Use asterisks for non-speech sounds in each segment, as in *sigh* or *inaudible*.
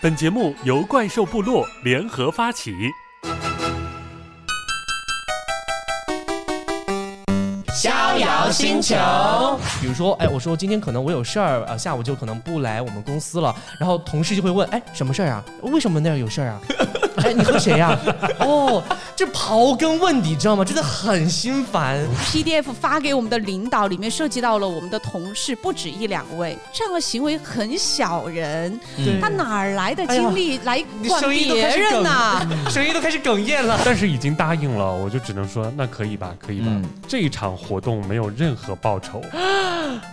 本节目由怪兽部落联合发起。逍遥星球，比如说，哎，我说今天可能我有事儿，呃，下午就可能不来我们公司了。然后同事就会问，哎，什么事儿啊？为什么那儿有事 *laughs* 儿啊？哎，你和谁呀、哦，这刨根问底，知道吗？真的很心烦。 PDF 发给我们的领导，里面涉及到了我们的同事不止一两位，这样的行为很小人，嗯对他哪儿来的哎呀精力来你管声音都别开始人哽呐、哦声音都开始哽咽了。但是已经答应了，我就只能说那可以吧，可以吧。嗯这一场活动没有任何报酬，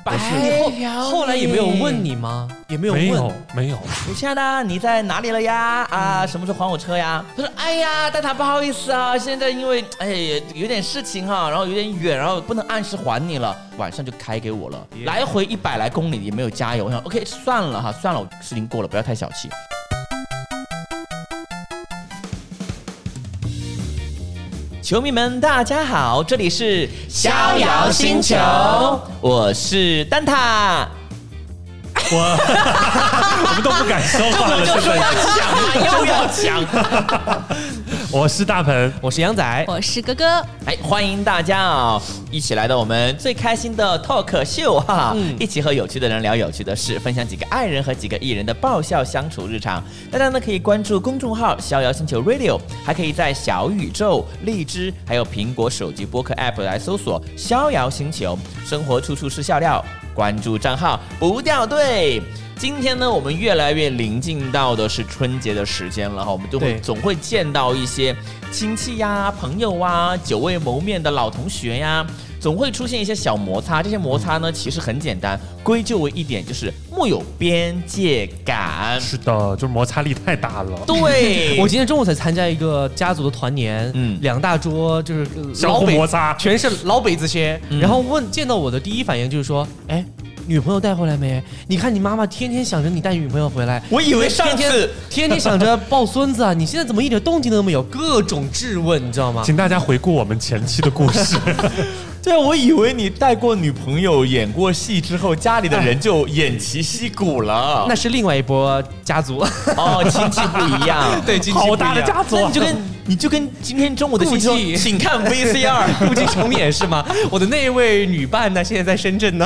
白你哎后后来也没有问你吗？也没有没问有。没有，我亲爱的，你在哪里了呀？啊，什么时候还我车呀？他说，哎呀，大塔，不好意思啊，现在因为哎有点事情哈、然后有点远，然后不能按时还你了，晚上就开给我了，来回一百来公里也没有加油。我想，OK，算了哈，算了，我事情过了，不要太小气。球迷们，大家好，这里是逍遥星球我是蛋挞。我们都不敢说话了，就现说在要抢，又要 *laughs* 抢。我是大鹏，我是杨仔，我是哥哥，哎，欢迎大家啊、一起来到我们最开心的 talk 秀哈、嗯一起和有趣的人聊有趣的事，分享几个爱人和几个艺人的爆笑相处日常。大家呢可以关注公众号“逍遥星球 Radio”，还可以在小宇宙、荔枝还有苹果手机播客 App 来搜索“逍遥星球”，生活处处是笑料。关注账号不掉队。今天呢，我们越来越临近到的是春节的时间了哈，我们就会对总会见到一些亲戚呀、朋友啊、久未谋面的老同学呀，总会出现一些小摩擦。这些摩擦呢，其实很简单，归咎为一点，就是木有边界 *laughs* 感。是的，就摩擦力太大了。对，我今天中午才参加一个家族的团年，嗯两大桌就是呃相互老北摩擦全是老北子些。嗯然后问见到我的第一反应就是说，哎，女朋友带回来没？你看你妈妈天天想着你带女朋友回来，我以为上天次天天天想着抱孙子啊，你现在怎么一点动静都没有？各种质问，你知道 *laughs* 吗？请大家回顾我们前期的故事，对啊，我以为你带过女朋友演过戏之后，家里的人就偃旗息鼓了。那是另外一波家族， *laughs* 哦，亲戚不一 *laughs* 样，对亲戚不一样好大的家族那啊，你就跟你就跟今天中午的亲戚顾忌说，请看 *laughs* VCR。不禁重演是吗？我的那一位女伴呢，现在在深 *laughs* 圳呢，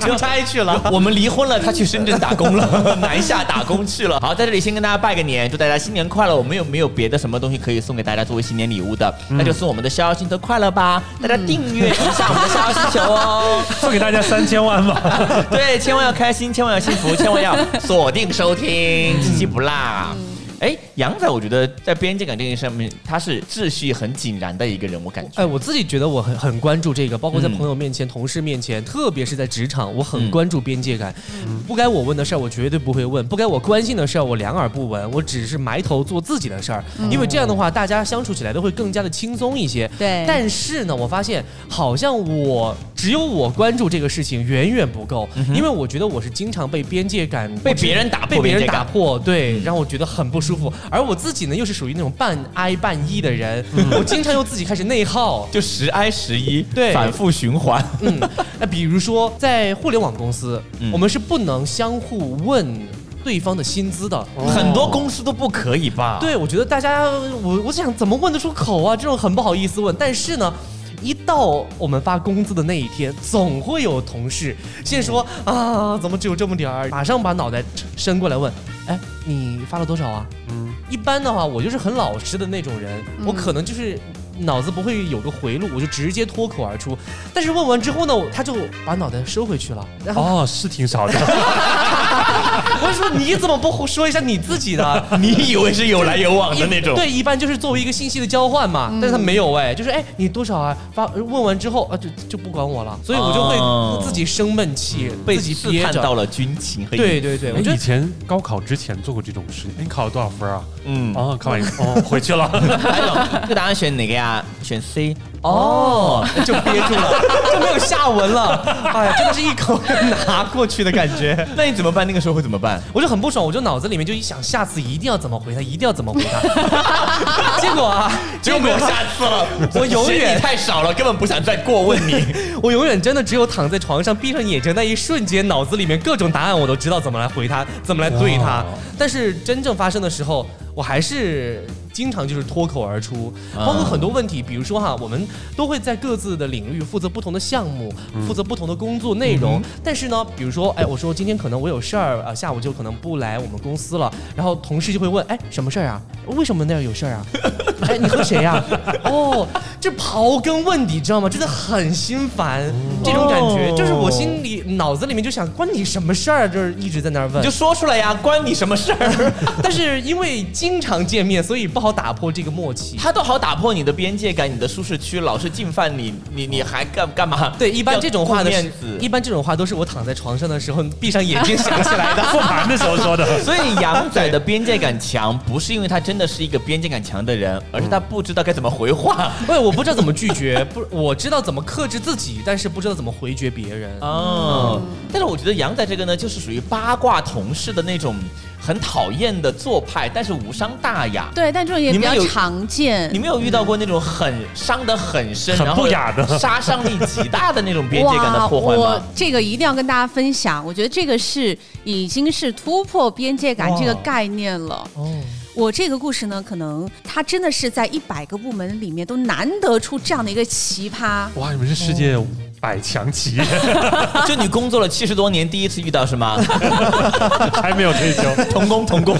出差去了。我们离婚了，他去深圳打工了， *laughs* 南下打工去了。好，在这里先跟大家拜个年，祝大家新年快乐。我们有没有别的什么东西可以送给大家作为新年礼物的？那就送我们的逍遥星球快乐吧！大家订 *laughs* 阅一下我们的逍遥星球哦。送给大家三千万吧。 *laughs* 对，千万要开心，千万要幸福，千万 *laughs* 要锁定收听，七七不落。哎，杨仔，我觉得在边界感这件事上面，他是秩序很井然的一个人，我感觉。哎，我自己觉得我很很关注这个，包括在嗯朋友面前、同事面前，特别是在职场，我嗯很关注边界感。不该我问的事儿，我绝对不会问；不该我关心的事儿，我两耳不闻。我只是埋头做自己的事儿，嗯因为这样的话，大家相处起来都会更加的轻松一些。对但是呢，我发现好像我只有我关注这个事情远远不够，因为我觉得我是经常被边界感嗯被别人打破被别边界人感打破，嗯对，让我觉得很不舒服。而我自己呢，又是属于那种半 I 半 E 的人，嗯我经常又自己开始内 *laughs* 耗。就十挨十一，对反复循环。嗯，那比如说在互联网公司，嗯我们是不能相互问对方的薪资的。哦很多公司都不可以吧？，对，我觉得大家，我我想怎么问得出口啊？这种很不好意思问。但是呢，一到我们发工资的那一天，总会有同事先说啊，怎么只有这么点儿？马上把脑袋伸过来问，哎，你发了多少啊？嗯，一般的话，我就是很老实的那种人，我可能就是脑子不会有个回路，我就直接脱口而出。但是问完之后呢，他就把脑袋收回去了。 *laughs* 然后哦，是挺少的，我就说：“你怎么不说一下你自己的？你以为是有来有往的那种？对，一般就是作为一个信息的交换嘛，但是他没有哎，就是哎，你多少啊？发问完之后啊，就就不管我了，所以我就哦会自己生闷气，被自己试憋探着。到了哎军情和对对对，我我觉以得前高考之前做过这种事。哎你考了多少分啊？嗯，哦，考完哦回去了。哎还有这个答案选哪个呀？选 C，哦，就憋住 *laughs* 了，就没有下文了。哎呀，真的是一口 *laughs* 拿过去的感觉。 *laughs* 那你怎么办？那个时候会怎么办？我就很不爽，我就脑子里面就一想，下次一定要怎么回他，一定要怎么回他。 *laughs* 结果啊， *laughs* 结果没有下次了，我永远嫌你太少了，根本不想再过问你。 *laughs* 我永远真的只有躺在床上闭上眼睛那一瞬间，脑子里面各种答案我都知道怎么来回他，怎么来对他哇。但是真正发生的时候，我还是经常就是脱口而出，啊包括很多问题，比如说哈，我们都会在各自的领域负责不同的项目，负责不同的工作内容。但是呢，比如说，哎，我说今天可能我有事儿啊、呃下午就可能不来我们公司了，然后同事就会问，哎，什么事儿啊？为什么那儿有事儿啊？哎，你和谁呀、哦，这刨根问底，知道吗？真的很心烦，哦这种感觉就是我心里脑子里面就想，关你什么事儿啊？就是一直在那儿问你就。说出来呀，关你什么 *laughs* 事儿？但是因为经常见面，所以不好打破这个默契。他都好打破你的边界感，你的舒适区，老是进犯你，你你还干干嘛？对，一般这种话要呢顾面是，子一般 *laughs* 这种话都是我躺在床上的时候闭上眼睛 *laughs* 想起来的。复盘的时候说的。 *laughs* 所以杨仔的边界感强，不是因为他真的是一个边界感强的人，而是他不知道该怎么回话。对，我不知道怎么拒绝，不，我知道怎么克制自己，但是不知道怎么回绝别人。哦，但是我觉得杨仔这个呢，就是属于八卦同事的那种很讨厌的做派，但是无伤大雅。对，但这种也你比们较有常见。你没有遇到过那种很伤得很深、很然后不雅的杀伤力极大的那种边界感的破坏哇吗我？这个一定要跟大家分享，我觉得这个是已经是突破边界感这个概念了。哦，我这个故事呢，可能它真的是在一百个部门里面都难得出这样的一个奇葩。哇，你们是世界百强企业， *laughs* 就你工作了七十多年，第一次遇到是 *laughs* 吗？ *laughs* 还没有退休。同工同工，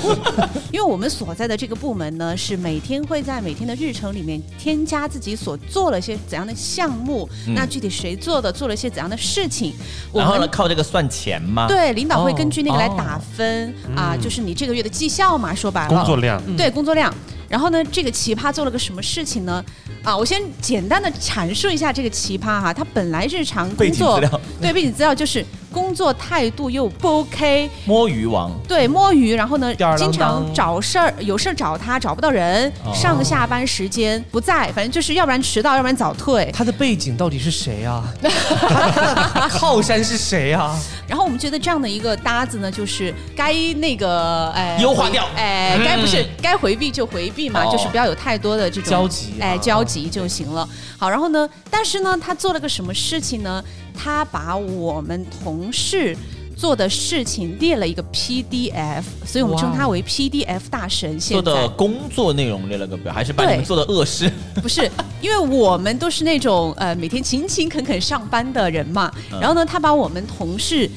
因为我们所在的这个部门呢，是每天会在每天的日程里面添加自己所做了些怎样的项目，嗯那具体谁做的，做了些怎样的事情，我然后呢，们。靠这个算钱吗？对，领导会根据那个来哦嗯打分、啊，就是你这个月的绩效嘛，说白了，工作量，对工作量。然后呢，这个奇葩做了个什么事情呢？啊，我先简单的阐述一下这个奇葩哈，他本来日常背工景作资料，对背景资料就是工作态度又不 OK，摸鱼王。对摸鱼，然后呢吊儿郎经当常找事儿，有事儿找他，找不到人，哦上下班时间不在，反正就是要不然迟到，要不然早退。他的背景到底是谁啊？ *laughs* 他的靠山是谁啊？然后我们觉得这样的一个搭子呢，就是该那个哎优化掉哎嗯，该不是该回避就回避嘛，哦就是不要有太多的这种交集哎啊交集就行了。好，然后呢，但是呢，他做了个什么事情呢？他把我们同事。做的事情列了一个 PDF，所以我们哇称他为 PDF 大神。现做在的工作内容列了个表，还是把对你们做的恶事？ *laughs* 不是，因为我们都是那种呃每天勤勤恳恳上班的人嘛。嗯然后呢，他把我们同事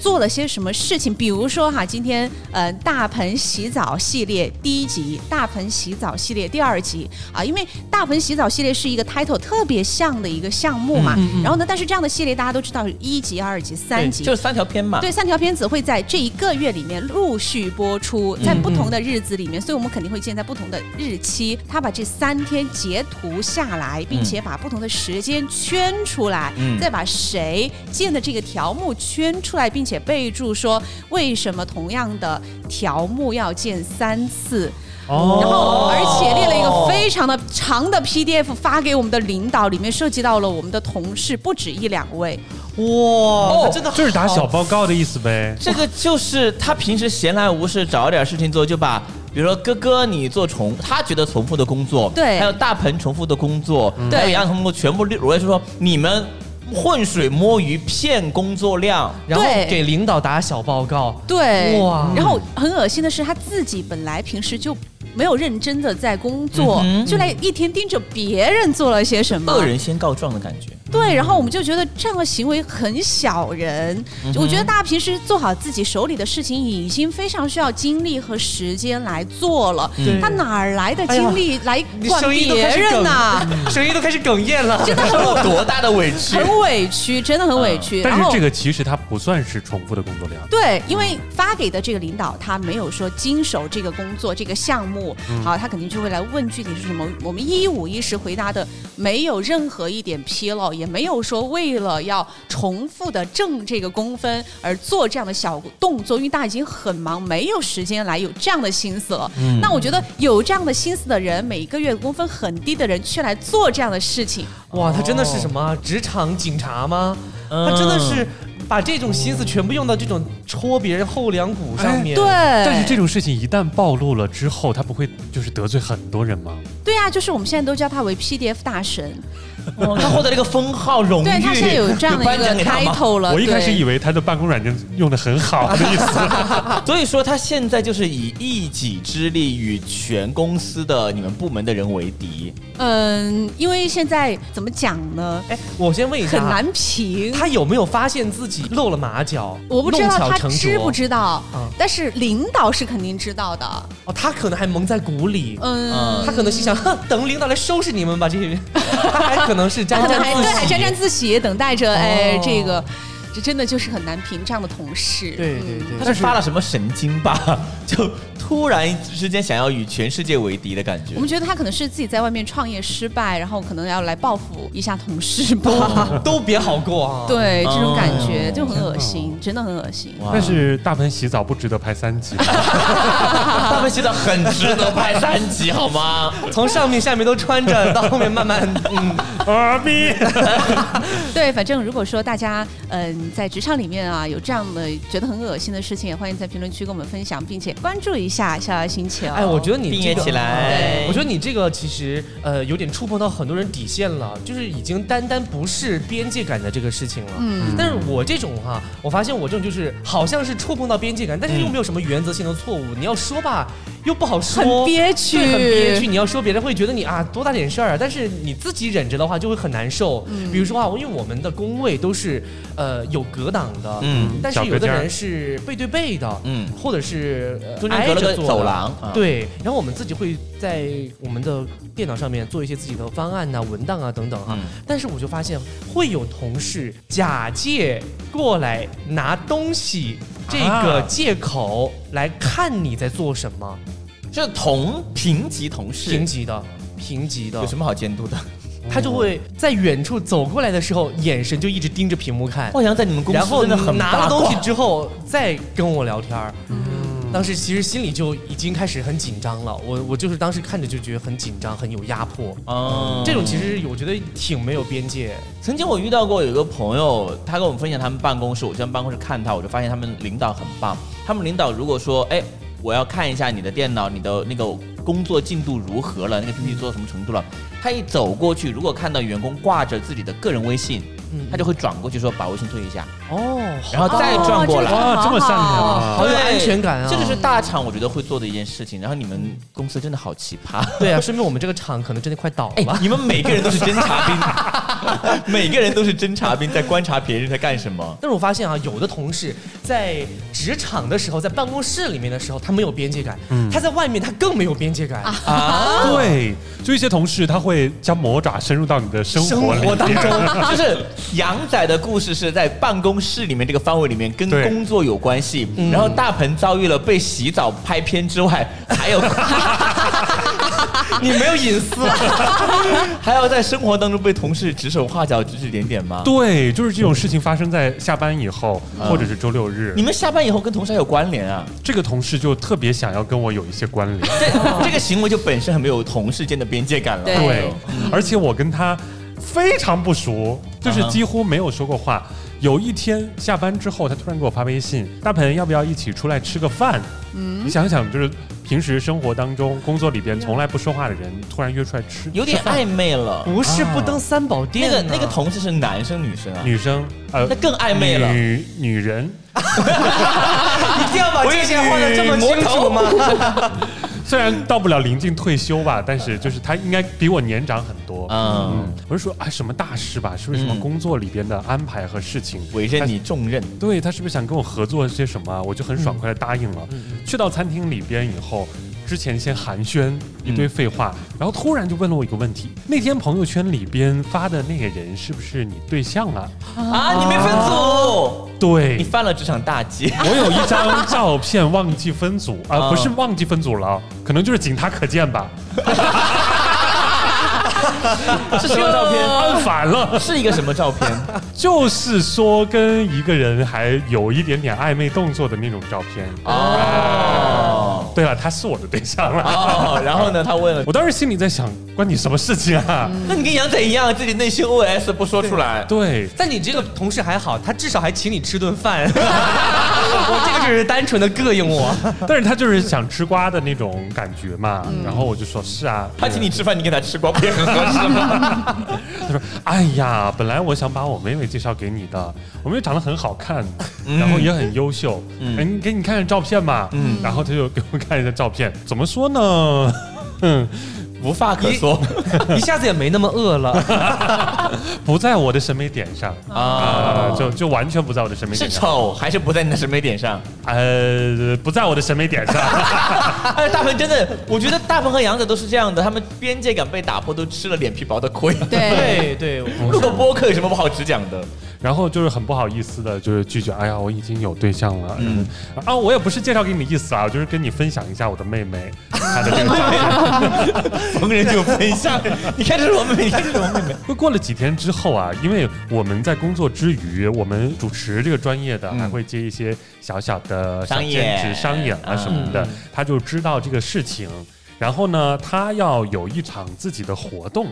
做了些什么事情，比如说哈，今天呃大盆洗澡系列第一集，大盆洗澡系列第二集啊，因为大盆洗澡系列是一个 title 特别像的一个项目嘛。然后呢，但是这样的系列大家都知道，一集、二集、三嗯对集，就是三条片嘛。对，三条片子会在这一个月里面陆续播出，在不同的日子里面，所以我们肯定会建在不同的日期。他把这三天截图下来，并且把不同的时间圈出来，嗯再把谁建的这个条目圈出来，并且备注说为什么同样的条目要建三次。哦然后，而且列了一个非常的长的 PDF 发给我们的领导，里面涉及到了我们的同事不止一两位。哦哇，他真的 *laughs* 就是打好小报告的意思呗。这个就是他平时闲来无事找点事情做，就把比如说哥哥你做重，他觉得重复的工作，对还有大盆重复的工作，对还有杨同工全部列罗列出说你们浑水摸鱼骗工作量，啊然后对给领导打小报告，对，哇然后很恶心的是，他自己本来平时就没有认真的在工作，嗯哼就来一天盯着别人做了些什么恶。人先告状的感觉。对，然后我们就觉得这样的行为很小人。嗯哼我觉得大家平时做好自己手里的事情，已经非常需要精力和时间来做了。对他哪来的哎呀精力来你管声音都别开始人哽呐、声音都开始哽咽了。真的受很了多大的委 *laughs* 屈？很委屈，真的很委屈。然啊但后是这个其实它不算是重复的工作量，对，因为发给的这个领导他没有说经手这个工作这个项目，好，他肯定就会来问具体是什么。我们一五一十回答的，没有任何一点纰漏，也也没有说为了要重复的挣这个工分而做这样的小动作，因为大家已经很忙，没有时间来有这样的心思了。嗯那我觉得有这样的心思的人，每一个月工分很低的人却来做这样的事情， *laughs* 哇，他真的是什么职场警察吗？嗯他真的是把这种心思全部用到这种戳别人后梁骨上面。哎对。但是这种事情一旦暴露了之后，他不会就是得罪很多人吗？对啊，就是我们现在都叫他为 PDF 大神，哦他获得了一个封号荣誉，对他现在有这样的有一颁奖个给他吗 title 了。我一开始对以为他的办公软件用的很好的意 *laughs* 思， *laughs* 所以说他现在就是以一己之力与全公司的你们部门的人为敌。嗯，因为现在怎么讲呢，哎，我先问一很下啊，难评。他有没有发现自己露了马脚？我不知道弄巧他成拙知不知道嗯，但是领导是肯定知道的。哦，他可能还蒙在鼓里。嗯，他可能心想，哼，等领导来收拾你们吧，这些，他还可能是他沾可沾能还自哎对，还喜沾。沾自喜，等待着哎哦这个，这真的就是很难评这样的同事。对对嗯对，他是发了什么神经吧？ *laughs* 就突然之间想要与全世界为敌的感觉我。们觉得他可能是自己在外面创业失败，然后可能要来报复一下同事哦吧。 *laughs* 都别好过啊。， *laughs* 对，这种感哎觉呦就很恶心，真的很恶心。哇但是大盆洗澡不值得拍三 *laughs* 集。他们现在很值得拍三集，好吗？从上面下面都穿着，到后面慢慢，嗯，二逼，对，反正如果说大家嗯、在职场里面啊有这样的觉得很恶心的事情，也欢迎在评论区跟我们分享，并且关注一下《逍遥星球》。哎，我觉得你订这阅个起来对。我觉得你这个其实呃有点触碰到很多人底线了，就是已经单单不是边界感的这个事情了。嗯但是我这种哈、我发现我这种就是好像是触碰到边界感，但是又嗯没有什么原则性的错误。你要说吧，又不好说，很憋屈对很憋屈。你要说别人会觉得你啊多大点事儿啊，但是你自己忍着的话就会很难受。嗯比如说啊，因为我们的工位都是呃有隔挡的，嗯但是小隔有的间儿人是背对背的，嗯或者是呃中间隔了挨个着坐的走廊，啊，对，然后我们自己会在我们的电脑上面做一些自己的方案呐、文档啊等等啊。嗯但是我就发现会有同事假借过来拿东西这个啊借口来看你在做什啊么，这同平级哦同事评级的，评级的有，什么好监督的？他嗯就会在远处走过来的时候，眼神就一直盯着屏幕看，我好像在你们公然司后真的很拿八了东西卦之后再跟我聊天儿。嗯当时其实心里就已经开始很紧张了，我我就是当时看着就觉得很紧张，很有压迫。哦这种其实我觉得挺没有边界，曾经我遇到过有一个朋友，他跟我们分享他们办公室，我在办公室看他，我就发现他们领导很棒。他们领导如果说，哎，我要看一下你的电脑，你的那个工作进度如何了，那个 PPT 做到什么程度了，他一走过去，如果看到员工挂着自己的个人微信，嗯他就会转过去说把微信退一下，哦，然后再哦转过来。这个哇，这么善良好啊！有对安全感啊这就是大厂我觉得会做的一件事情。然后你们公司真的好奇葩，对啊，说明我们这个厂可能真的快倒哎了，。你们每个人都是侦察兵，每个人都是侦察兵，在观察别人在干什么。但是我发现啊，有的同事在职场的时候，在办公室里面的时候，他没有边界感；嗯他在外面，他更没有边界感。啊对，就一些同事他会将魔爪深入到你的生活里生活当面。就是杨仔的故事是在办公室里面这个范围里面跟对工作有关系，然后大鹏遭遇了被洗澡拍片之外，还有你没有隐私啊， *laughs* 还要在生活当中被同事指手画脚、指指点点吗？对，就是这种事情发生在下班以后，嗯或者是周六日你。们下班以后跟同事还有关联啊？这个同事就特别想要跟我有一些关联，这 *laughs* 这个行为就本身很没有同事间的边界感了。哎对对，而且我跟他非常不熟，就是几乎没有说过话。有一天下班之后，他突然给我发微信：“大鹏，要不要一起出来吃个饭？”嗯，你想想，就是平时生活当中、工作里嗯边从来不说话的人，突然约出来吃，有点吃饭暧昧了。不是不登三宝那殿个啊。那个同事是男生女生啊？女生，呃那，更暧昧了。女女人，一定要把界限画的这么清楚吗？虽然到不了临近退休吧，但是就是她应该比我年长很多。嗯，嗯，我是说啊，什么大事吧？是不是什么嗯工作里边的安排和事情？委任你重任。对他是不是想跟我合作些什么啊？我就很爽快的答应了。去到餐厅里边以后，之前先寒暄一堆废话，然后突然就问了我一个问题：那天朋友圈里边发的那个人是不是你对象啊？啊，你没分组，你对，犯了职场大忌。我有一张照片忘记分组啊、啊不是忘记分组了，可能就是仅他可见吧。 *laughs* 是什么照片？按反了， *laughs* 是一个什么照片？就是说跟一个人还有一点点暧昧动作的那种照片。 *laughs* 哦对了，他是我的对象了。哦，然后呢？他问了我，当时心里在想，关你什么事情啊？那你跟杨仔一样，自己内心 OS 不说出来。对，但你这个同事还好，他至少还请你吃顿 *laughs* 饭。我这个只是单纯的膈应 *laughs* 我。但是他就是想吃瓜的那种感觉嘛。然后我就说，是啊。他请你吃饭，你给他吃光， *laughs* 不也很合适吗？他说，哎呀，本来我想把我妹妹介绍给你的，我妹妹长得很好看，然后也很优秀。嗯哎，你给你看看照片吧。嗯，然后他就给我看一下照片，怎么说呢？ *laughs* 嗯，无话可说一下子也没那么饿了。不在我的审美点上啊、啊，就就完全不在我的审美是点上，丑还是不在你的审美点上？ *laughs* 呃，不在我的审美点上。 *laughs* 哎，大鹏真的，我觉得大鹏和杨仔都是这样的，他们边界感被打破，都吃了脸皮薄的亏。对，对对， *laughs* 啊录个播客有什么不好直讲的？然后就是很不好意思的，就是拒绝。哎呀，我已经有对象了。嗯嗯，啊，我也不是介绍给你意思啊，我就是跟你分享一下我的妹妹，她的这个照片。 *laughs* 逢人就分享， *laughs* 你看这是我妹妹，你看这是我妹妹。过了几天之后啊，因为我们在工作之余，我们主持这个专业的嗯还会接一些小小的小商业兼职、商演啊嗯什么的，他就知道这个事情。然后呢，他要有一场自己的活动，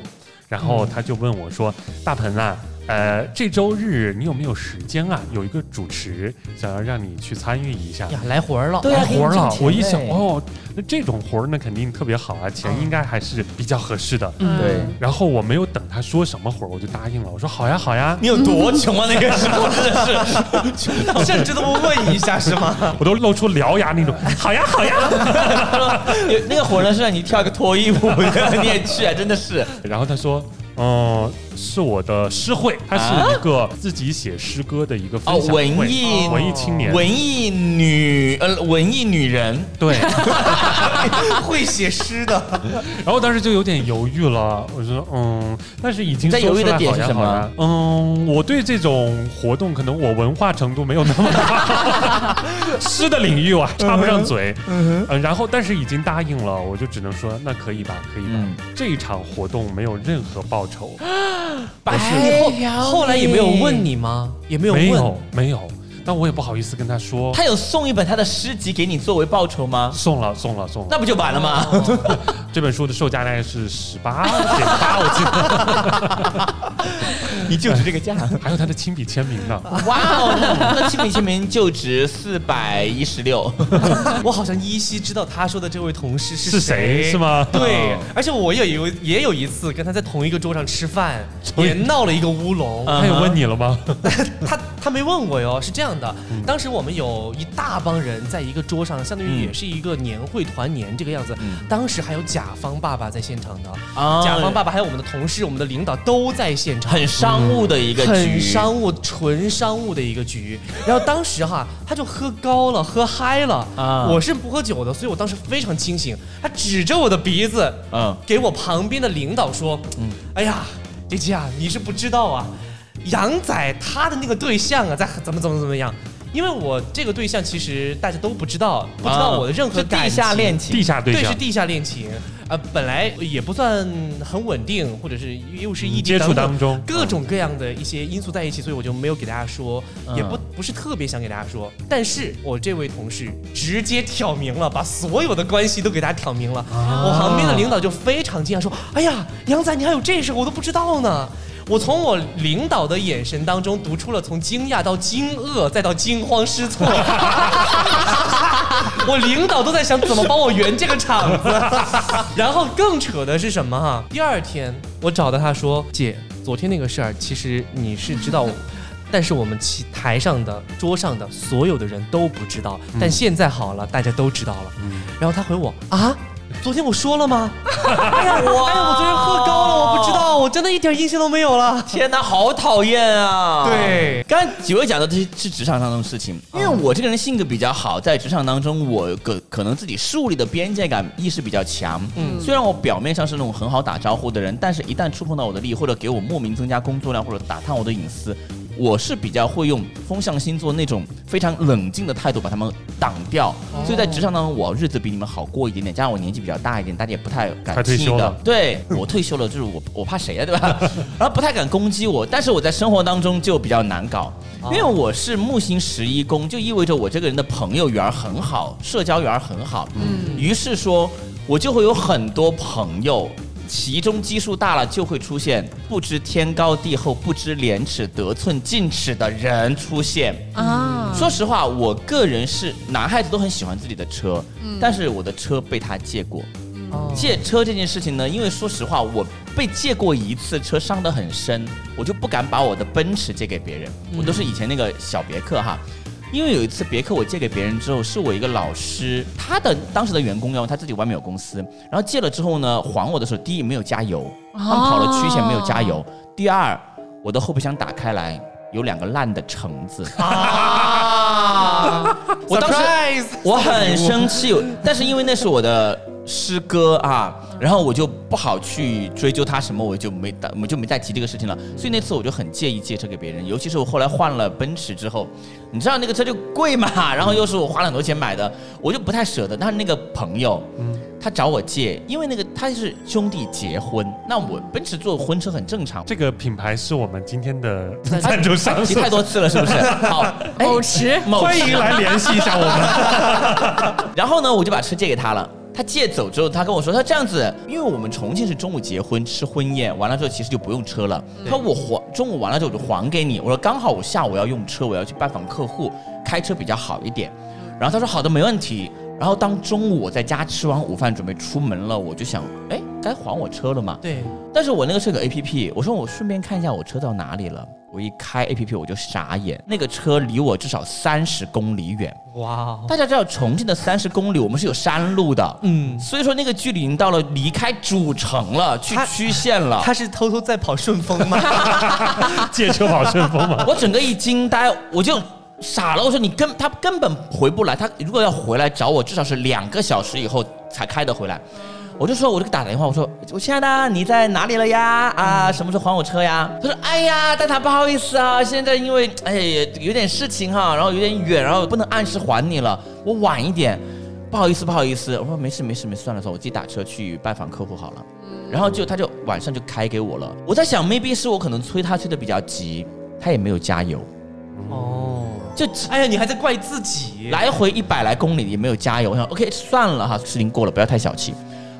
然后嗯他就问我说：“大鹏啊，呃，这周日你有没有时间啊？有一个主持想要让你去参与一下。”哎呀，来活儿了。对啊来活儿给你挣了，钱我一想呗哦，那这种活儿那肯定特别好啊，钱嗯应该还是比较合适的。嗯对然后我没有等他说什么活儿，我就答应了。我说好呀好呀，你有多穷啊？那个时候真的是， *laughs* 甚至都不问一下是吗？我都露出獠牙 *laughs* 那种。好呀好呀。有那个火呢是让你跳个脱衣舞，你也去啊？真的是，然后他说，嗯，是我的诗会，他是一个自己写诗歌的一个分啊哦享会，啊文艺文艺青年，文艺女呃文艺女人，对。会写诗的，然后当时就有点犹豫了，我说嗯，但是已经在说犹豫出的来点好是呀什么好呀嗯，我对这种活动可能我文化程度没有那么高， *laughs* 诗的领域我还插不上嘴。嗯、然后但是已经答应了，我就只能说那可以吧，可以吧。嗯这一场活动没有任何报酬，白你后后来也没有问，你吗？也哎没有没问 *laughs* 有。没有，但我也不好意思跟他说。他有送一本他的诗集给你作为报酬吗？送了送了送那了，不就完了吗？这本书的售价大概是十八点八，我记得，你就值这个价。还有他的亲笔签名呢。哇哦，那那七品签名就值四百一十六，我好像依稀知道他说的这位同事是是谁是吗对哦，而且我也有也有一次跟他在同一个桌上吃饭，也闹了一个乌龙。嗯他有问你了吗？ *laughs* 他他没问我哟，是这样的，当时我们有一大帮人在一个桌上，相当于嗯也是一个年会团年这个样子。嗯当时还有甲方爸爸在现场的，啊甲方爸爸还有我们的同事、我们的领导都在现场，很商务的一个局，嗯很商务、纯商务的一个局。然后当时哈，他就喝高了，喝嗨了。啊我是不喝酒的，所以我当时非常清醒。他指着我的鼻子，嗯给我旁边的领导说：“哎呀，姐姐啊，你是不知道啊，杨仔他的那个对象啊，在怎么怎么怎么样。”因为我这个对象其实大家都不知道，不知道我的任何啊是感地情下恋情，地下对对，象是。地下恋情。呃，本来也不算很稳定，或者是又是异嗯地接触等等当中嗯各种各样的一些因素在一起，所以我就没有给大家说，嗯也不不是特别想给大家说。但是我这位同事直接挑明了，把所有的关系都给大家挑明了。啊我旁边的领导就非常惊讶说：“哎呀，杨仔，你还有这事，我都不知道呢。”我从我领导的眼神当中读出了从惊讶到惊愕，再到惊慌失措。 *laughs* 我领导都在想怎么帮我圆这个场子。然后更扯的是什么哈、第二天我找到他说：“姐，昨天那个事儿，其实你是知 *laughs* 道我。”但是我们其台上的、桌上的所有的人都不知道，嗯但现在好了，大家都知道了。然后他回我啊，昨天我说了 *laughs* 吗？哎呀，我哎呀，我昨天喝高了，我不知道，我真的一点印象都没有 *laughs* 了。天哪，好讨厌啊！。对，刚才几位讲的这些是职场当中的事情，因为我这个人性格比较好，在职场当中，我可可能自己树立的边界感意识比较强。嗯，虽然我表面上是那种很好打招呼的人，但是一旦触碰到我的利益，或者给我莫名增加工作量，或者打探我的隐私，我是比较会用风象星座那种非常冷静的态度把他们挡掉，哦所以在职场当中我日子比你们好过一点点，加上我年纪比较大一点，大家也不太敢他退轻易休地了对我退休了，就是我我怕谁啊，*laughs* 对吧？然后不太敢攻击我，但是我在生活当中就比较难搞，啊哦因为我是木星十一宫，就意味着我这个人的朋友缘儿很好，社交缘儿很好，嗯，于是说我就会有很多朋友。其中基数大了，就会出现不知天高地厚、不知廉耻得寸进尺的人出现。嗯啊，说实话，我个人是男孩子都很喜欢自己的车，但是我的车被他借过。哦借车这件事情呢，因为说实话，我被借过一次车，伤得很深，我就不敢把我的奔驰借给别人，我都是以前那个小别克哈。因为有一次别克我借给别人之后，是我一个老师，他的当时的员工要他自己外面有公司，然后借了之后呢，还我的时候，第一没有加油，哦他们跑了曲线没有加油；第二，我的后备箱打开来有两个烂的橙子， *laughs* 啊！我当时 Surprise！我很生气，但是因为那是我的师哥啊，然后我就不好去追究他什么，我就没当我就没再提这个事情了。所以那次我就很介意借车给别人，尤其是我后来换了奔驰之后，你知道那个车就贵嘛， *laughs* 然后又是我花了很多钱买的，我就不太舍得。但是那个朋友，他找我借，因为那个他是兄弟结婚，那我奔驰做婚车很正常。这个品牌是我们今天的 *laughs* 赞助商，提太多次了，是不是？好，哎某池某欢迎来联系一下我们。然后呢，我就把车借给他了。他借走之后，他跟我说，他这样子，因为我们重庆是中午结婚吃婚宴，完了之后其实就不用车了。他说我还中午完了之后我就还给你。我说刚好我下午要用车，我要去拜访客户，开车比较好一点。然后他说好的，没问题。然后当中午我在家吃完午饭准备出门了，我就想，哎，该还我车了嘛。对，但是我那个车有 A P P，我说我顺便看一下我车到哪里了。我一开 A P P 我就傻眼，那个车离我至少三十公里远。哇，哦大家知道重庆的三十公里，我们是有山路的，嗯 *laughs* 所以说那个距离已经到了离开主城了，去他区县了。他是偷偷在跑顺风吗？ *laughs* 借车跑顺风嘛，我整个一惊呆，我就傻了。我说你根他根本回不来，他如果要回来找我，至少是两个小时以后才开得回来。我就说，我就打电话，我说我亲爱的，你在哪里了呀？啊，什么时候还我车呀？他说，哎呀，蛋挞不好意思啊，现在因为哎有点事情哈、然后有点远，然后不能按时还你了，我晚一点，不好意思，不好意思。我说没事没事没事，算了算了，我自己打车去拜访客户好了。然后就他就晚上就开给我了，我在想 maybe 是我可能催他催的比较急，他也没有加油，哦，就哎呀，你还在怪自己？来回一百来公里也没有加油。我想 OK 算了哈，事情过了，不要太小气。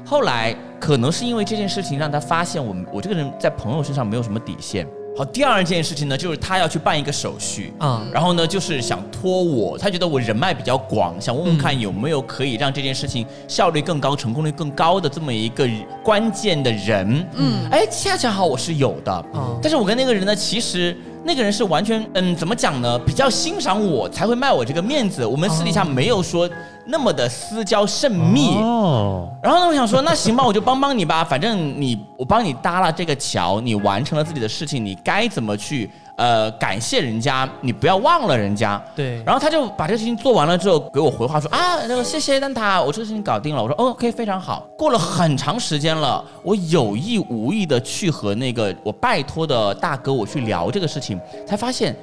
后来可能是因为这件事情让他发现我我这个人在朋友身上没有什么底线。好，第二件事情呢，就是他要去办一个手续啊然后呢就是想托我，他觉得我人脉比较广，想问嗯问看有没有可以让这件事情效率更高、成功率更高的这么一个关键的人。嗯，哎，恰恰好我是有的，哦但是我跟那个人呢，其实。那个人是完全，嗯，怎么讲呢？比较欣赏我，才会卖我这个面子。我们私底下没有说那么的私交甚密，哦，然后呢，我想说，那行吧，我就帮帮你吧，反正你我帮你搭了这个桥，你完成了自己的事情，你该怎么去呃感谢人家，你不要忘了人家。对然后他就把这个事情做完了之后，给我回话说啊，那个谢谢蛋挞，我这个事情搞定了。我说哦 OK，非常好。过了很长时间了，我有意无意的去和那个我拜托的大哥我去聊这个事情，才发现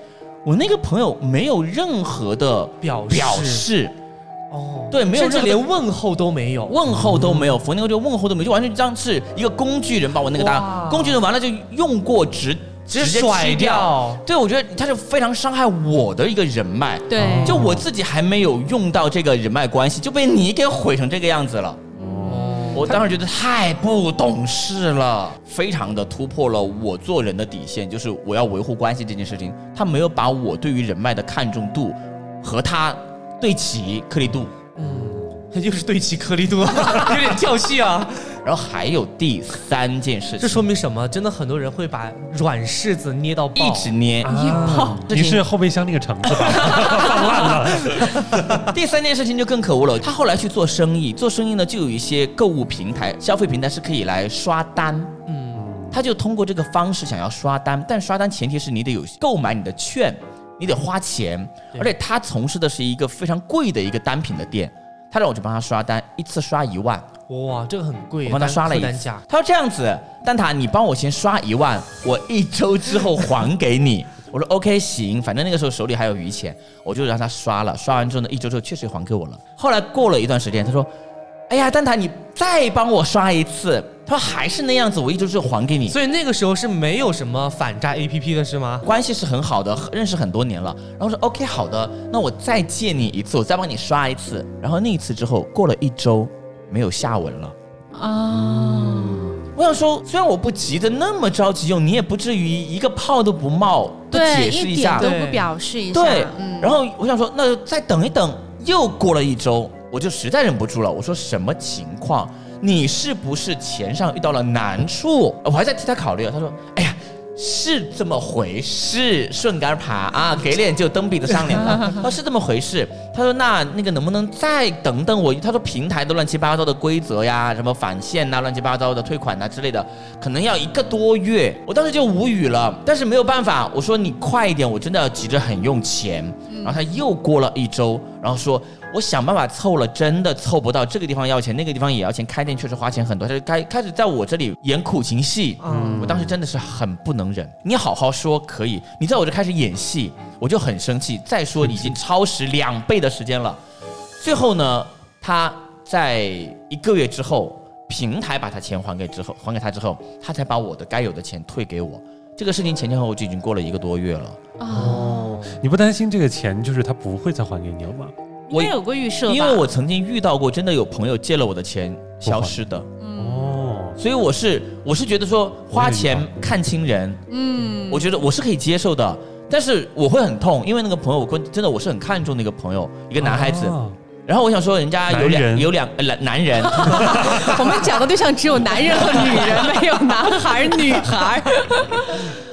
我那个朋友没有任何的表示表示，哦，对没有甚至任何连问候都没有。问候都没有，冯牛就问候都没有，就完全像是一个工具人把我那个搭哇工具人完了就用过直直接吃甩掉对，我觉得他是非常伤害我的一个人脉，对，就我自己还没有用到这个人脉关系，就被你给毁成这个样子了。我当时觉得太不懂事了，非常的突破了我做人的底线，就是我要维护关系这件事情。他没有把我对于人脉的看重度和他对齐颗粒度，他就是对齐颗粒度， *laughs* 有点跳戏啊！然后还有第三件事情， *laughs* 这说明什么？真的很多人会把软柿子捏到爆，一直捏。哦啊你是后备箱那个橙子吧？ *laughs* *laughs* 第三件事情就更可恶了，他后来去做生意，做生意呢就有一些购物平台、消费平台是可以来刷单，嗯，他就通过这个方式想要刷单，但刷单前提是你得有购买你的券，你得花钱，而且他从事的是一个非常贵的一个单品的店，他让我去帮他刷单，一次刷一万，哇，这个很贵，我帮他单刷了一客单次价，他说这样子，蛋挞你帮我先刷一万，我一周之后还给你。我我说 OK 行，反正那个时候手里还有余钱，我就让他刷了。刷完之后呢，一周之后确实还给我了。后来过了一段时间，他说：“哎呀，蛋挞，你再帮我刷一次。”他说还是那样子，我一周之后还给你。所以那个时候是没有什么反诈 APP 的是吗？关系是很好的，认识很多年了。然后说 OK 好的，那我再借你一次，我再帮你刷一次。然后那一次之后，过了一周没有下文了。啊，我想说，虽然我不急得那么着急用，你也不至于一个泡都不冒，不对，解释一下点。都不对表示一下，对，嗯，然后我想说，那就再等一等。又过了一周，我就实在忍不住了，我说什么情况？你是不是钱上遇到了难处？我还在替他考虑。他说：“哎呀，是这么回事，顺杆爬啊，给脸就蹬鼻子上脸了。”他说：“是这么回事。”他说：“那那个能不能再等等我？”他说：“平台的乱七八糟的规则呀，什么返现呐、乱七八糟的退款呐、之类的，可能要一个多月。”我当时就无语了，但是没有办法，我说：“你快一点，我真的急着很用钱。”然后他又过了一周，然后说：“我想办法凑了，真的凑不到，这个地方要钱，那个地方也要钱，开店确实花钱很多。”他就开开始在我这里演苦情戏。嗯我当时真的是很不能忍。你好好说可以，你在我这开始演戏，我就很生气。再说已经超时两倍的时间了。最后呢，他在一个月之后，平台把他钱还给之后，还给他之后，他才把我的该有的钱退给我。这个事情前前后后就已经过了一个多月了。啊，哦你不担心这个钱就是他不会再还给你了吗？应我该有过预设吧，因为我曾经遇到过，真的有朋友借了我的钱消失的，哦，所以我是我是觉得说花钱我也遇到看清人，嗯，我觉得我是可以接受的，但是我会很痛，因为那个朋友，我跟真的我是很看重那个朋友，一个男孩子。啊然后我想说，人家有男两人有两呃男男人， *laughs* 我们讲的对象只有男人和女人，没有男孩儿女孩 *laughs* 儿。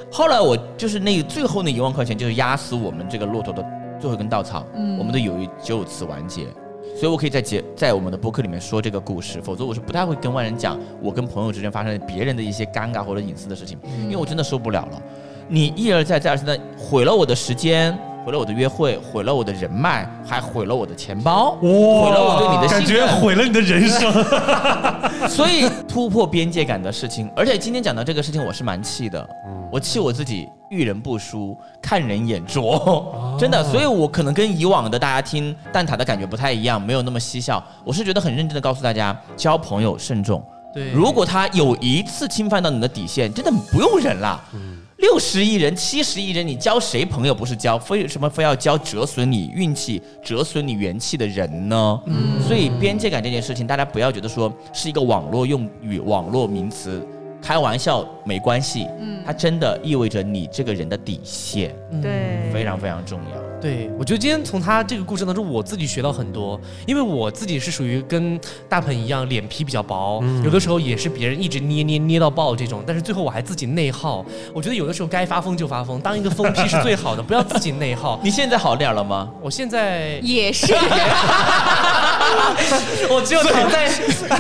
后来我就是那最后那一万块钱，就是压死我们这个骆驼的最后一根稻草，嗯我们的友谊就此完结。所以我可以在节在我们的播客里面说这个故事，否则我是不太会跟外人讲我跟朋友之间发生别人的一些尴尬或者隐私的事情，因为我真的受不了了。你一而再再而三的毁了我的时间，毁了我的约会，毁了我的人脉，还毁了我的钱包，毁了我对你的信感任。觉毁了你的人 *laughs* 生。所以突破边界感的事情，而且今天讲到这个事情，我是蛮气的。我气我自己遇人不淑，看人眼拙，真的。所以我可能跟以往的大家听蛋挞的感觉不太一样，没有那么嬉笑。我是觉得很认真的告诉大家，交朋友慎重。对如果他有一次侵犯到你的底线，真的不用忍了。嗯六十亿人、七十亿人，你交谁朋友不是交？非什么非要交折损你运气、折损你元气的人呢？嗯所以边界感这件事情，大家不要觉得说是一个网络用语、网络名词，开玩笑没关系。嗯它真的意味着你这个人的底线对嗯非常非常重嗯要。对，我觉得今天从他这个故事当中，我自己学到很多，因为我自己是属于跟大鹏一样，脸皮比较薄，有的时候也是别人一直捏捏捏到爆这种，但是最后我还自己内耗。我觉得有的时候该发疯就发疯，当一个疯批是最好的，不要自己内 *laughs* 耗。你现在好点儿 *laughs* 了吗？我现在，也是，我只有躺在，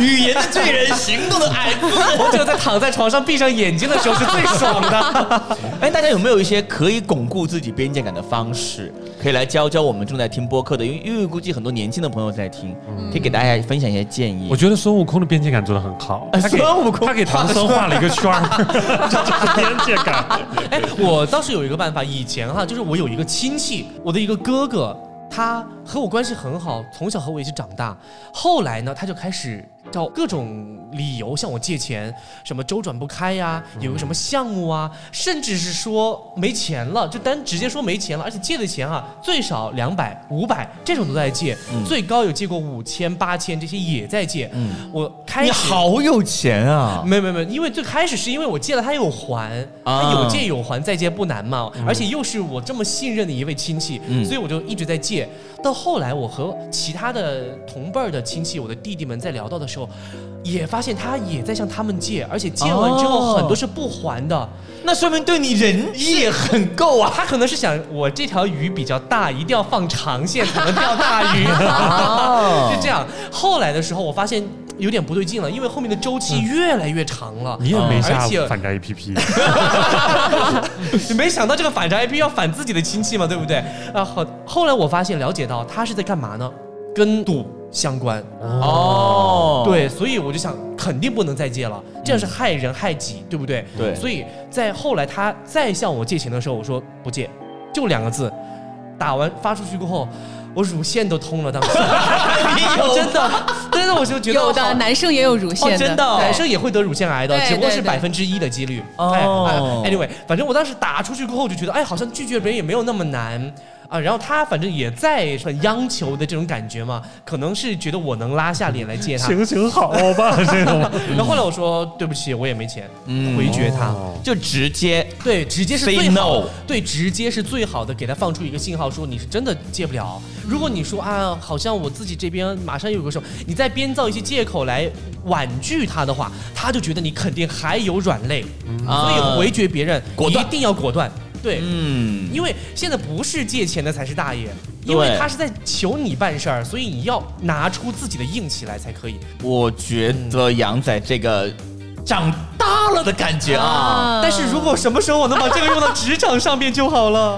语言的罪人，行动的矮子。我只有在躺在床上闭上眼睛的时候是最爽的。哎，大家有没有一些可以巩固自己边界感的方式，可以来教教我们正在听播客的？因为因为估计很多年轻的朋友在听，可以给大家分享一些建议我。觉得孙悟空的边界感做得很好，哎他给孙悟空他给唐僧画了一个圈 *laughs* 儿， *laughs* 这就是边界感。哦哎，我倒是有一个办法，以前哈、就是我有一个亲戚，我的一个哥哥，他和我关系很好，从小和我一起长大。后来呢，他就开始找各种理由向我借钱，什么周转不开呀、有个什么项目啊，甚至是说没钱了，就单直接说没钱了，而且借的钱啊，最少两百、五百这种都在借，最高有借过五千、八千这些也在借。我开你始好有钱啊！没有没有没有，因为最开始是因为我借了他有还，啊他有借有还，再借不难嘛。而且又是我这么信任的一位亲戚，嗯所以我就一直在借。到后来，我和其他的同辈儿的亲戚，我的弟弟们在聊到的时候，也发现他也在向他们借，而且借完之后哦很多是不还的。那说明对你仁义也很够啊。他可能是想我这条鱼比较大，一定要放长线才能钓大 *laughs* 鱼。哦就这样，后来的时候我发现有点不对劲了，因为后面的周嗯期越来越长了。你也没而下且反诈 APP，你没想到这个反诈 IP 要反自己的亲戚嘛，对不对？啊，后后来我发现了解到他是在干嘛呢？跟赌相关。哦，对，所以我就想肯定不能再借了，这样是害人害己，对不对？对所以在后来他再向我借钱的时候，我说不借，就两个字，打完发出去过后，我乳腺都通了， *laughs* 当时真的，真的我就觉得有好的男生也有乳腺哦真的哦对男生也会得乳腺癌的，对只不过是对百对分之一的几率。哦哎哎，anyway，反正我当时打出去过后就觉得，哎，好像拒绝别人也没有那么难。啊，然后他反正也在很央求的这种感觉嘛，可能是觉得我能拉下脸来接他。行行好吧，这种然后后来我说对不起，我也没钱，嗯回绝他。哦就直接对，直接是 Say 最好 no 对，直接是最好的，给他放出一个信号，说你是真的戒不了。如果你说啊，好像我自己这边马上有个什么，你再编造一些借口来婉拒他的话，他就觉得你肯定还有软肋，所以回绝别人果断一定要果断。对，嗯，因为现在不是借钱的才是大爷，对因为他是在求你办事儿，所以你要拿出自己的硬气来才可以。我觉得杨仔这个长大了的感觉啊，啊但是如果什么时候我能把这个用到职场上面就好了。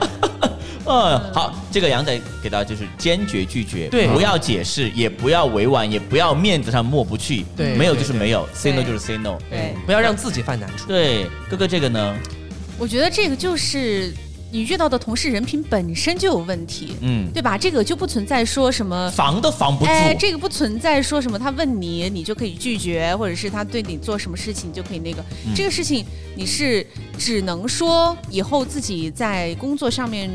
嗯，好，这个杨仔给到就是坚决拒绝，对不要解释，也不要委婉，也不要面子上抹不去，对没有就是对对没有，say no 对就是 say no。对， *laughs* 不要让自己犯难处。对，哥哥这个呢，我觉得这个就是你遇到的同事人品本身就有问题，嗯，对吧？这个就不存在说什么。防都防不住，哎，这个不存在说什么他问你，你就可以拒绝，或者是他对你做什么事情，你就可以那个。这个事情你是只能说以后自己在工作上面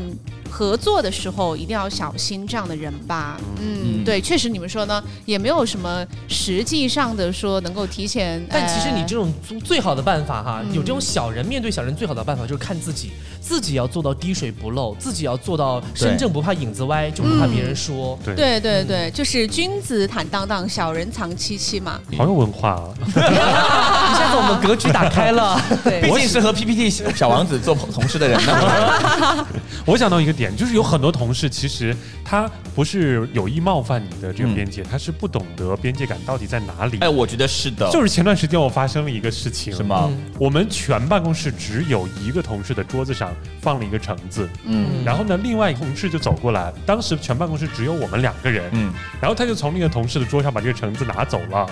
合作的时候一定要小心这样的人吧。嗯，嗯对，确实你们说呢，也没有什么实际上的说能够提前。哎但其实你这种最最好的办法哈，嗯有这种小人面对小人最好的办法就是看自己，自己要做到滴水不漏，自己要做到身正不怕影子歪，就不怕别人说。对对对对，就是君子坦荡荡，小人藏戚戚嘛。好有文化啊！啊一下子我们格局打开 *laughs* 了，对毕，竟是和 PPT 小王子做同事的人呢。我想到一个点，就是有很多同事其实他不是有意冒犯你的这个边界，他是不懂得边界感到底在哪里。 *laughs* 哎，我觉得是的，就是前段时间我发生了一个事情，什？么？我们全办公室只有一个同事的桌子上放了一个橙子，嗯然后呢，另外一个同事就走过来，当时全办公室只有我们两个人，嗯，然后他就从那个同事的桌上把这个橙子拿走 *laughs* 了，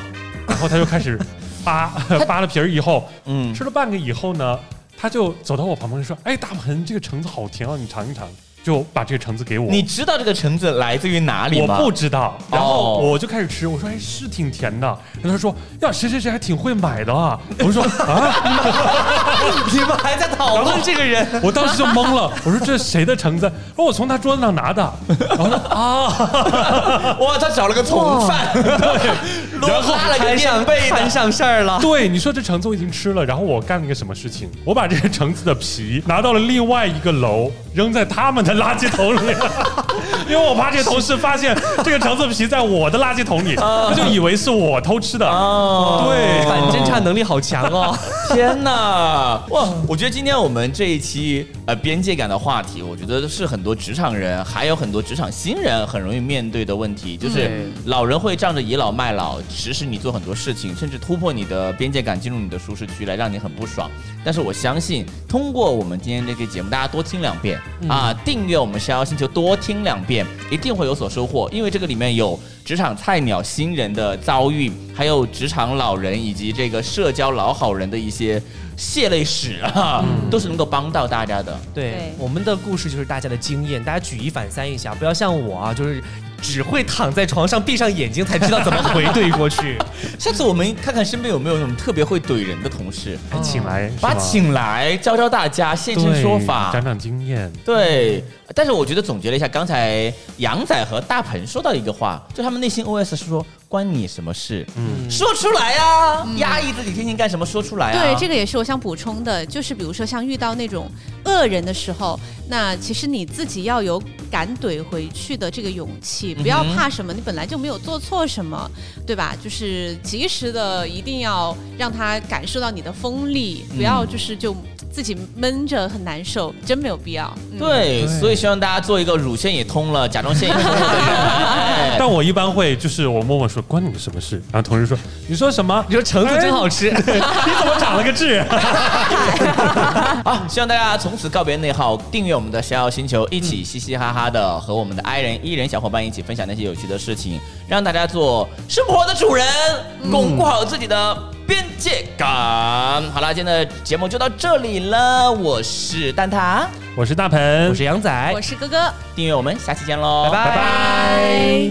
然后他就开始扒 *laughs* 扒了皮儿以后，嗯吃了半个以后呢，他就走到我旁边说：“哎，大鹏，这个橙子好甜啊，你尝一尝。”就把这个橙子给我，你知道这个橙子来自于哪里我吗？不知道，然后哦我就开始吃，我说：“哎，是挺甜的。”然后他说：“呀，谁谁谁还挺会买的啊！”我说：“啊！”你们还在讨论这个人，我当时就懵了，我说：“这是谁的橙子？”他说：“我从他桌子上拿的。”然后说：“啊 *laughs* 哇，他找了个从犯， *laughs* 然后拉了个摊垫上背摊的。上事儿了。 *laughs* 对，你说这橙子我已经吃了，然后我干了一个什么事情？我把这个橙子的皮拿到了另外一个楼，扔在他们的垃圾桶里，因为我怕这个同事发现这个橙子皮在我的垃圾桶里，啊他就以为是我偷吃的。哦对反侦查能力好强哦！天呐，哇！我觉得今天我们这一期呃边界感的话题，我觉得是很多职场人还有很多职场新人很容易面对的问题，就是嗯老人会仗着倚老卖老，指使你做很多事情，甚至突破你的边界感，进入你的舒适区来让你很不爽。但是我相信，通过我们今天这期节目，大家多听两遍、啊，订阅我们《逍遥星球》，多听两遍，一定会有所收获。因为这个里面有职场菜鸟新人的遭遇，还有职场老人以及这个社交老好人的一些血泪史啊，都是能够帮到大家的。 *laughs* 对对，我们的故事就是大家的经验，大家举一反三一下，不要像我啊，就是只会躺在床上闭上眼睛才知道怎么回怼过去。下次我们看看身边有没有那种特别会怼人的同事，哎请来，是把他吗请来教教大家现身对说法。长长经验。对，但是我觉得总结了一下，刚才杨仔和大鹏说到一个话，就他们内心 OS 是说关你什么事？嗯说出来呀、压抑自己天天干什么？说出来啊！嗯对，这个个也是我想补充的，就是比如说像遇到那种恶人的时候，那其实你自己要有敢怼回去的这个勇气，不要嗯哼怕什么，你本来就没有做错什么，对吧？就是及时的，一定要让他感受到你的锋利，不要嗯就是就自己闷着很难受，真没有必要。*laughs* 嗯对，所以希望大家做一个乳腺也通了、甲状腺也通了的人。但我一般会就是我默默说关你什么事，然后同事说你说什么？你说橙子真好吃，你怎么长了个痣？ *laughs* 好，啊希望大家从此告别内耗，订阅我们的《逍遥星球》，一起嘻嘻哈哈的和我们的 i 人、e 人小伙伴一起分享那些有趣的事情，让大家做生活的主人，巩固好自己的边界感。好了，今天的节目就到这里了，我是蛋挞，我是大鹏，我是杨仔哎我，是哥哥，订阅我们，下期见喽，拜拜拜。